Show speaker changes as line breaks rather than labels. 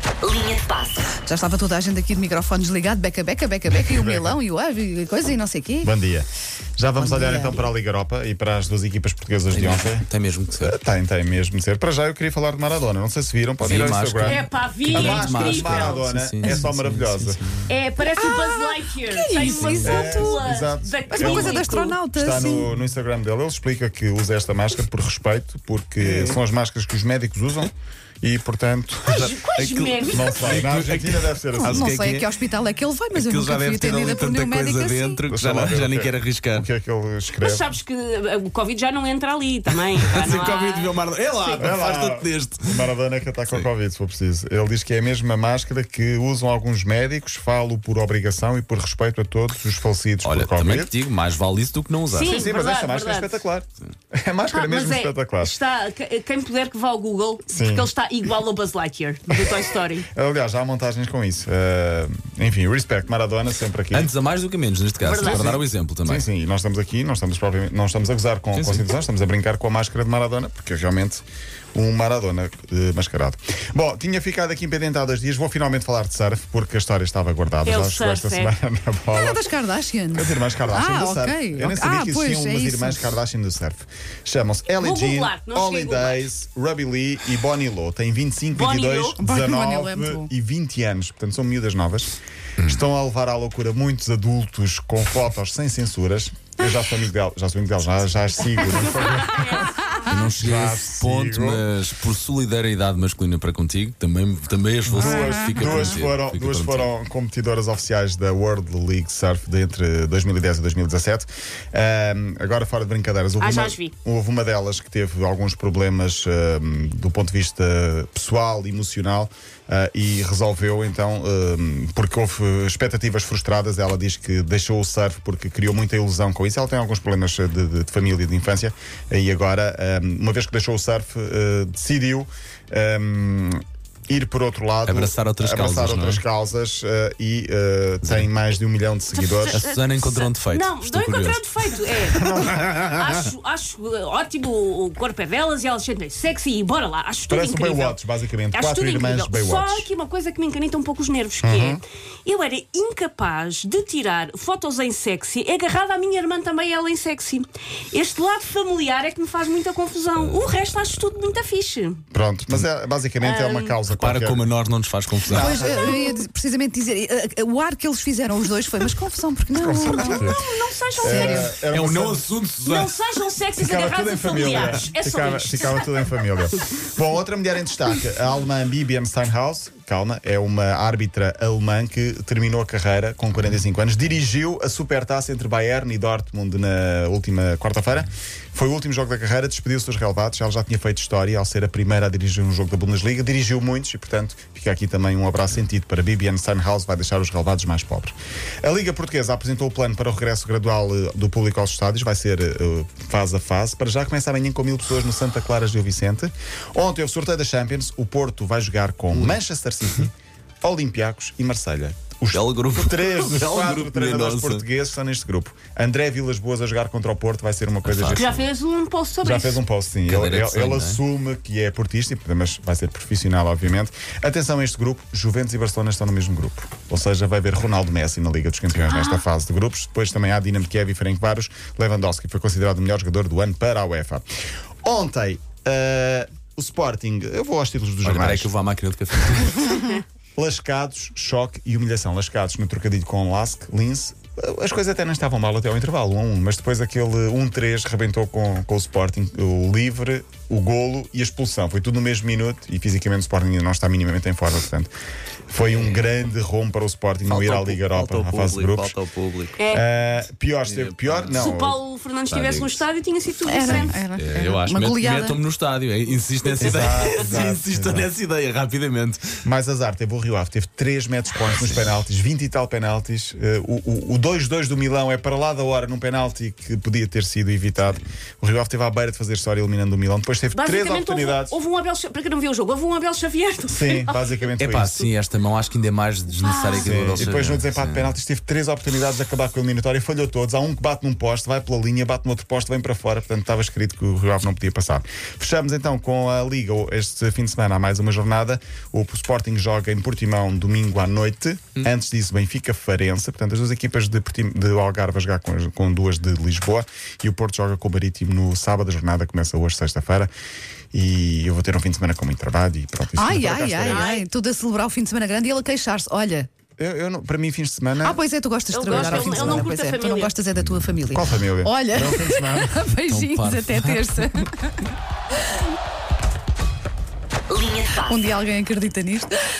se passa?
Já estava toda a gente aqui de microfone desligado, beca, beca, beca, beca, e o melão, e o ave, e coisa, e não sei o quê.
Bom dia. Já vamos
Bom
olhar
dia.
então para a Liga Europa e para as duas equipas portuguesas de ontem. Ah,
Tem mesmo que ser.
Tem, tem mesmo de ser. Para já eu queria falar de Maradona. Não sei se viram, podem ir
Vi
ao
a
Instagram.
máscara.
É pá, vi, é
A
máscara,
máscara de
incrível.
Maradona
Sim, sim,
é
sim,
só
sim,
maravilhosa. É,
sim, sim.
É, parece o Buzz Lightyear.
Ah, que
Tem
isso?
uma
Exato,
cúpula
exato.
da
Mas
Uma
Ele-
coisa de
cúpula.
astronauta,
Está
sim.
no, no Instagram dele, ele explica que usa esta máscara por respeito, porque são as máscaras que os médicos usam e, portanto.
Quais- quais médicos?
Não sei, na Argentina deve ser assim.
Sabes o
Não
que é
sei
que
a
é?
que hospital é que ele vai, mas eu
Aquilo
nunca
já
fui
deve ter ali
atendida por
tanta
nenhum médico
coisa
assim.
dentro que
Deixa
já,
lá
não-
ver
já
o
nem
que é-
quero arriscar.
O que é que ele escreve?
Mas sabes que uh, o Covid já não entra ali também. pá,
Assim
não
que
há-
ao vídeo viu o Maradona. É lá,
É lá.
afasta-te deste.
O Maradona é que está com a Covid, se for preciso. Ele diz que é a mesma máscara que usam alguns médicos, falo por obrigação e por respeito a todos os falecidos
Olha,
por
também
Covid.
te digo, mais vale isso do que não usar.
Sim.
Sim, sim, mas
Verdade,
esta máscara é espetacular.
verdade.
É A
Pá,
máscara é
mas
mesmo
é,
espetacular.
Está, que- eh, quem puder que vá ao Google,
Sim.
porque ele está igual ao Buzz Lightyear do Toy Story.
Aliás, há montagens com isso. Ah, enfim, respect, Maradona sempre aqui.
Antes a mais do que a menos, neste caso,
Verdade.
para dar o exemplo também.
Sim, sim, e nós estamos aqui, não estamos, propriamente- não estamos a gozar com,
Sim,
com a
sim.
situação, estamos a brincar com a máscara de Maradona, porque é realmente um Maradona eh, mascarado. Bom, tinha ficado aqui pendente há dois dias, vou finalmente falar de surf, porque a história estava guardada.
É o
já chegou esta
surf, é.
semana na
Era
bola.
das Kardashian.
As
é
irmãs Kardashian
Ah,
do surf.
ok,
Eu nem
ok.
sabia
Ah,
que
pois,
existiam
é
umas
isso.
irmãs Kardashian do surf. Chamam-se Ellie
Vou
Jean,
googlar, não cheguei
Holly
a googlar.
Days, Ruby Lee e Bonnie Low. Têm 25,
Bonnie
22,
Lo?
Bonnie Lo é muito
19
bom.
e 20 anos. Portanto, são miúdas novas.
Hum.
Estão a levar à loucura muitos adultos com fotos sem censuras. Eu já sou amigo dela, já sou amigo dela, já, já as sigo. no Instagram.
É.
Eu não cheguei
Já
a esse ponto,
sigo.
mas por solidariedade masculina para contigo, também, também as vou
Duas,
fica
duas
prometido,
foram,
fica
duas
prometido.
foram competidoras oficiais da World League Surf de entre 2010 e 2017. Ahm, agora, fora de brincadeiras, houve,
Ah, já
uma,
as vi.
houve uma delas que teve alguns problemas ahm, do ponto de vista pessoal, emocional, ah, e resolveu então, ahm, porque houve expectativas frustradas. Ela diz que deixou o surf porque criou muita ilusão com isso. Ela tem alguns problemas de, de- de família e de infância, e agora, ahm, uma vez que deixou o surf, ah, decidiu. ahm, Ir por outro lado,
Abraçar outras
abraçar
causas, não é?
outras causas eh, e eh, tem mais de um milhão de
A
seguidores.
Susana encontrou um defeito.
Não,
Estou
não encontrei
curioso.
um defeito. É, acho, acho eh, ótimo o corpo é delas e elas sentem sexy e bora lá. Acho tudo
Parece um
incrível.
Baywatch, basicamente.
Acho
Quatro
tudo
irmãs
incrível.
Baywatch. Uhum.
Só que uma coisa que me encanita um pouco os nervos, que é eu era incapaz de tirar fotos em sexy agarrada à minha irmã também, ela em sexy. Este lado familiar é que me faz muita confusão. O resto acho tudo muito fixe.
Pronto, mas é, basicamente é uma causa
Para
qualquer.
como a nós não nos faz confusão.
Pois, eu ia diz- precisamente dizer, eh, eh, o ar que eles fizeram, os dois, foi, mas confusão, porque não.
Confusão,
não.
porque-
Não sejam
Era-
sexy.
era
É
uma
um não
surf-
assunto, Susana.
Não sejam sexys
Ficava tudo
agarrados
em
a
família.
familiares. É só
Ficava,
isto.
ficava tudo em família. Bom, outra mulher em destaque, a alemã Bibian Steinhaus, calma, é uma árbitra alemã que terminou a carreira com 45 anos, dirigiu a supertaça entre Bayern e Dortmund na última quarta-feira. Foi o último jogo da carreira, despediu-se dos relevados. Ela já tinha feito história ao ser a primeira a dirigir um jogo da Bundesliga, dirigiu muitos e, portanto, fica aqui também um abraço sentido para Bibian Steinhaus, vai deixar os relevados mais pobres. A Liga Portuguesa apresentou o plano para o regresso gradual eh, do público aos estádios, vai ser eh, fase a fase. Para já começa amanhã com mil pessoas no Santa Clara de Vicente. Ontem houve sorteio da Champions, o Porto vai jogar com Manchester City, Olympiacos e Marselha. Os
Belo grupo.
três dos
Belo
quatro
é um grupo,
treinadores
minha nossa.
portugueses estão neste grupo. André Vilas Boas a jogar contra o Porto vai ser uma coisa
fácil.
gigante.
Já fez um post sobre
Já
isso.
fez um post, sim. Ele,
Cadeira de
ele-
sonho,
ele
não é?
assume que é portista, mas vai ser profissional, obviamente. Atenção a este grupo: Juventus e Barcelona estão no mesmo grupo. Ou seja, vai haver Ronaldo Messi na Liga dos Campeões
Ah.
nesta fase de grupos. Depois também há Dinamo de Kiev e Frank Varos. Lewandowski foi considerado o melhor jogador do ano para a UEFA. Ontem, eh, o Sporting, eu vou aos títulos dos
Olha, peraí
jornais.
que eu vou à máquina de café.
Lascados, choque e humilhação. Lascados no trocadilho com Lask, Lince. As coisas até não estavam mal até ao intervalo, 1 1, mas depois aquele 1-3 rebentou com, com o Sporting, o livre, o golo e a expulsão. Foi tudo no mesmo minuto e fisicamente o Sporting ainda não está minimamente em forma, portanto. Foi um grande rombo para o Sporting não ir à Liga Europa, à fase de grupos.
Falta o é público.
É.
Ah, pior, esteve pior,
Se o
não.
Paulo Fernandes
Tá,
estivesse no
digo-te.
estádio, tinha sido tudo
Era,
diferente.
era,
É,
era.
Eu acho,
Uma
met-
goleada.
metam-me no estádio. é, Insisto nessa
Exato,
ideia.
exato,
Insisto
exato.
nessa ideia, rapidamente.
Mais azar teve o Rio Ave, teve 3 metros pontos nos penaltis, 20 e tal penaltis. Eh, o, o- o 2-2 do Milão é para lá da hora num penalti que podia ter sido evitado. O Rio Ave esteve à beira de fazer história eliminando o Milão. Depois teve três
Basicamente, houve,
oportunidades.
houve um Abel. Xa- Para quem não viu o jogo, houve um Abel Xavier. no
Sim,
final.
basicamente
É
foi
pá,
isso.
sim, esta mão acho que ainda é mais desnecessária que a do
Sim,
Abel
E depois
Xavier,
no desempate
sim.
de penaltis teve três oportunidades de acabar com a eliminatória, falhou todos. Há um que bate num poste, vai pela linha, bate no outro poste, vem para fora. Portanto, estava escrito que o Rio Ave não podia passar. Fechamos então com a Liga. Este fim de semana há mais uma jornada. O Sporting joga em Portimão domingo à noite. Antes disso, Benfica Farense. Portanto, as duas equipas de, Portim- de Algarve a jogar com, as- com duas de Lisboa. E o Porto joga com o Marítimo no sábado. A jornada começa hoje, sexta-feira. E eu vou ter um fim de semana com muito trabalho e pronto. isso
Ai,
tudo para cá
ai, ai,
estarei.
ai, tudo a celebrar o fim de semana grande e ele a queixar-se. Olha,
Eu, eu não- para mim, fins de semana.
ah, pois é, tu gostas de
Ele
trabalhar
gosta,
ao fim de
ele- ele
semana,
não
pois
curte
é.
a
Tu não
família.
gostas é da tua família.
Qual família?
Olha,
É um fim de semana.
Tão
beijinhos
parvo.
até terça.
Linha de passe.
Um dia alguém acredita nisto.